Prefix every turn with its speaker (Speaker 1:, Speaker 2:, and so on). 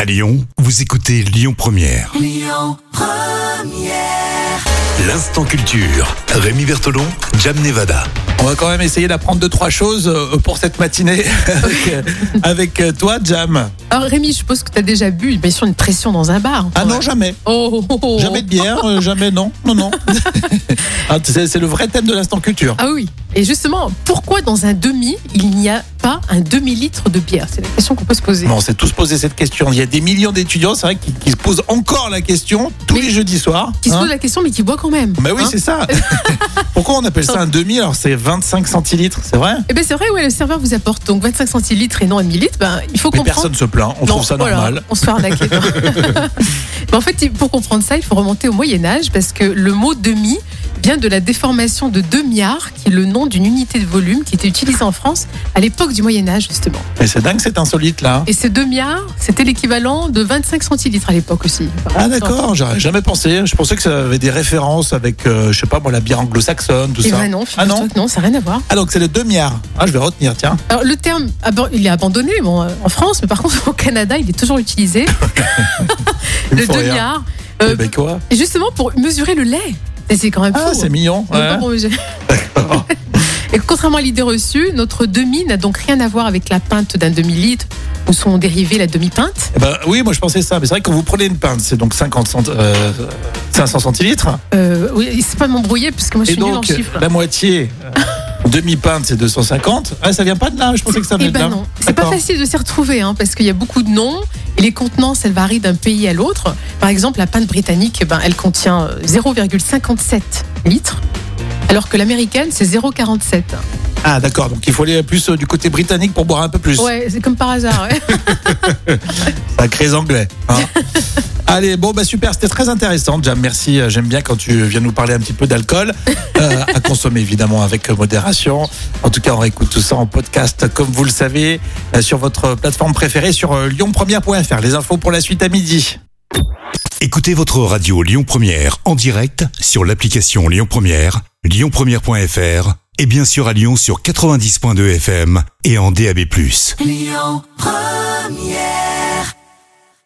Speaker 1: À Lyon, vous écoutez Lyon Première. Lyon Première. L'instant culture. Rémi Bertolon, Jam Nevada.
Speaker 2: On va quand même essayer d'apprendre deux, trois choses euh, pour cette matinée avec, euh, avec euh, toi, Jam.
Speaker 3: Alors Ah, Rémi, je suppose que tu as déjà bu, mais sur une pression dans un bar.
Speaker 2: Ah non, jamais.
Speaker 3: Oh, oh, oh.
Speaker 2: Jamais de bière, euh, jamais, non, non, non. Ah, c'est c'est le vrai thème de l'instant culture.
Speaker 3: Ah oui. Et justement, pourquoi dans un demi, il n'y a pas un demi-litre de bière C'est la question qu'on peut se poser.
Speaker 2: Bon, on s'est tous posé cette question. Il y a des millions d'étudiants, c'est vrai, qui, qui se posent encore la question tous
Speaker 3: Mais-
Speaker 2: les jeudis soirs.
Speaker 3: Qui se
Speaker 2: hein.
Speaker 3: pose la question, mais qui boit quand même.
Speaker 2: Bah oui,
Speaker 3: Hein
Speaker 2: c'est ça. Pourquoi on appelle ça un demi Alors c'est 25 centilitres, c'est vrai
Speaker 3: Eh ben c'est vrai, ouais, le serveur vous apporte donc 25 centilitres et non un millilitre. Ben, il faut
Speaker 2: Mais
Speaker 3: comprendre.
Speaker 2: personne se plaint, on
Speaker 3: Non,
Speaker 2: trouve ça
Speaker 3: voilà,
Speaker 2: normal.
Speaker 3: on se fait arnaquer. Mais en fait, pour comprendre ça, il faut remonter au Moyen Âge parce que le mot demi vient de la déformation de demi-art, qui est le nom d'une unité de volume qui était utilisée en France à l'époque du Moyen Âge justement.
Speaker 2: Mais c'est dingue, c'est insolite là.
Speaker 3: Et ce demi-art, c'était l'équivalent de 25 centilitres à l'époque aussi.
Speaker 2: Ah d'accord, j'aurais jamais pensé. Je pensais que ça avait des références avec, euh, je sais pas moi, la bière anglo-saxonne, tout
Speaker 3: Et
Speaker 2: ça.
Speaker 3: ben non,
Speaker 2: ah non
Speaker 3: figure-toi que non, ça n'a rien à voir.
Speaker 2: Ah donc c'est le demi-art. Ah je vais retenir, tiens.
Speaker 3: Alors le terme, aban- il est abandonné bon, euh, en France, mais par contre au Canada, il est toujours utilisé.
Speaker 2: Il me
Speaker 3: le
Speaker 2: faut rire.
Speaker 3: demi-art. euh,
Speaker 2: Eh ben, quoi
Speaker 3: et justement pour mesurer le lait. Et C'est quand même
Speaker 2: Ah
Speaker 3: fou.
Speaker 2: c'est mignon.
Speaker 3: Non,
Speaker 2: ouais.
Speaker 3: pas pour me gérer. Et contrairement à l'idée reçue, notre demi n'a donc rien à voir avec la pinte d'un demi-litre où sont dérivés la demi-pinte.
Speaker 2: Eh ben, oui, moi je pensais ça. Mais c'est vrai que quand vous prenez une pinte, c'est donc 50 cent- euh, 500 centilitres.
Speaker 3: Euh, oui, c'est pas m'embrouiller parce que moi je
Speaker 2: Et
Speaker 3: suis nulle en
Speaker 2: donc
Speaker 3: chiffres.
Speaker 2: la moitié, euh, demi-pinte, c'est 250. Ah ça vient pas de là, je pensais que ça venait
Speaker 3: Eh
Speaker 2: de là.
Speaker 3: ben non, c'est pas
Speaker 2: D'accord.
Speaker 3: facile de s'y retrouver hein, parce qu'il y a beaucoup de noms et les contenances elles varient d'un pays à l'autre. Par exemple, la pinte britannique, eh ben, elle contient euh, 0,57 litres, alors que l'américaine c'est 0,47.
Speaker 2: Ah d'accord, donc il faut aller plus euh, du côté britannique pour boire un peu plus.
Speaker 3: Ouais, c'est comme par hasard. ouais.
Speaker 2: Sacrés anglais. hein. Allez, bon, bah super, c'était très intéressant, Jam. Merci, euh, j'aime bien quand tu viens nous parler un petit peu d'alcool. euh, à consommer évidemment avec euh, modération. En tout cas, on réécoute tout ça en podcast, comme vous le savez, euh, sur votre plateforme préférée, sur euh, lyonpremière.fr. Les infos pour la suite à midi.
Speaker 1: Écoutez votre radio Lyon Première en direct sur l'application Lyon Première, lyonpremière.fr et bien sûr à Lyon sur 90.2 FM et en DAB+.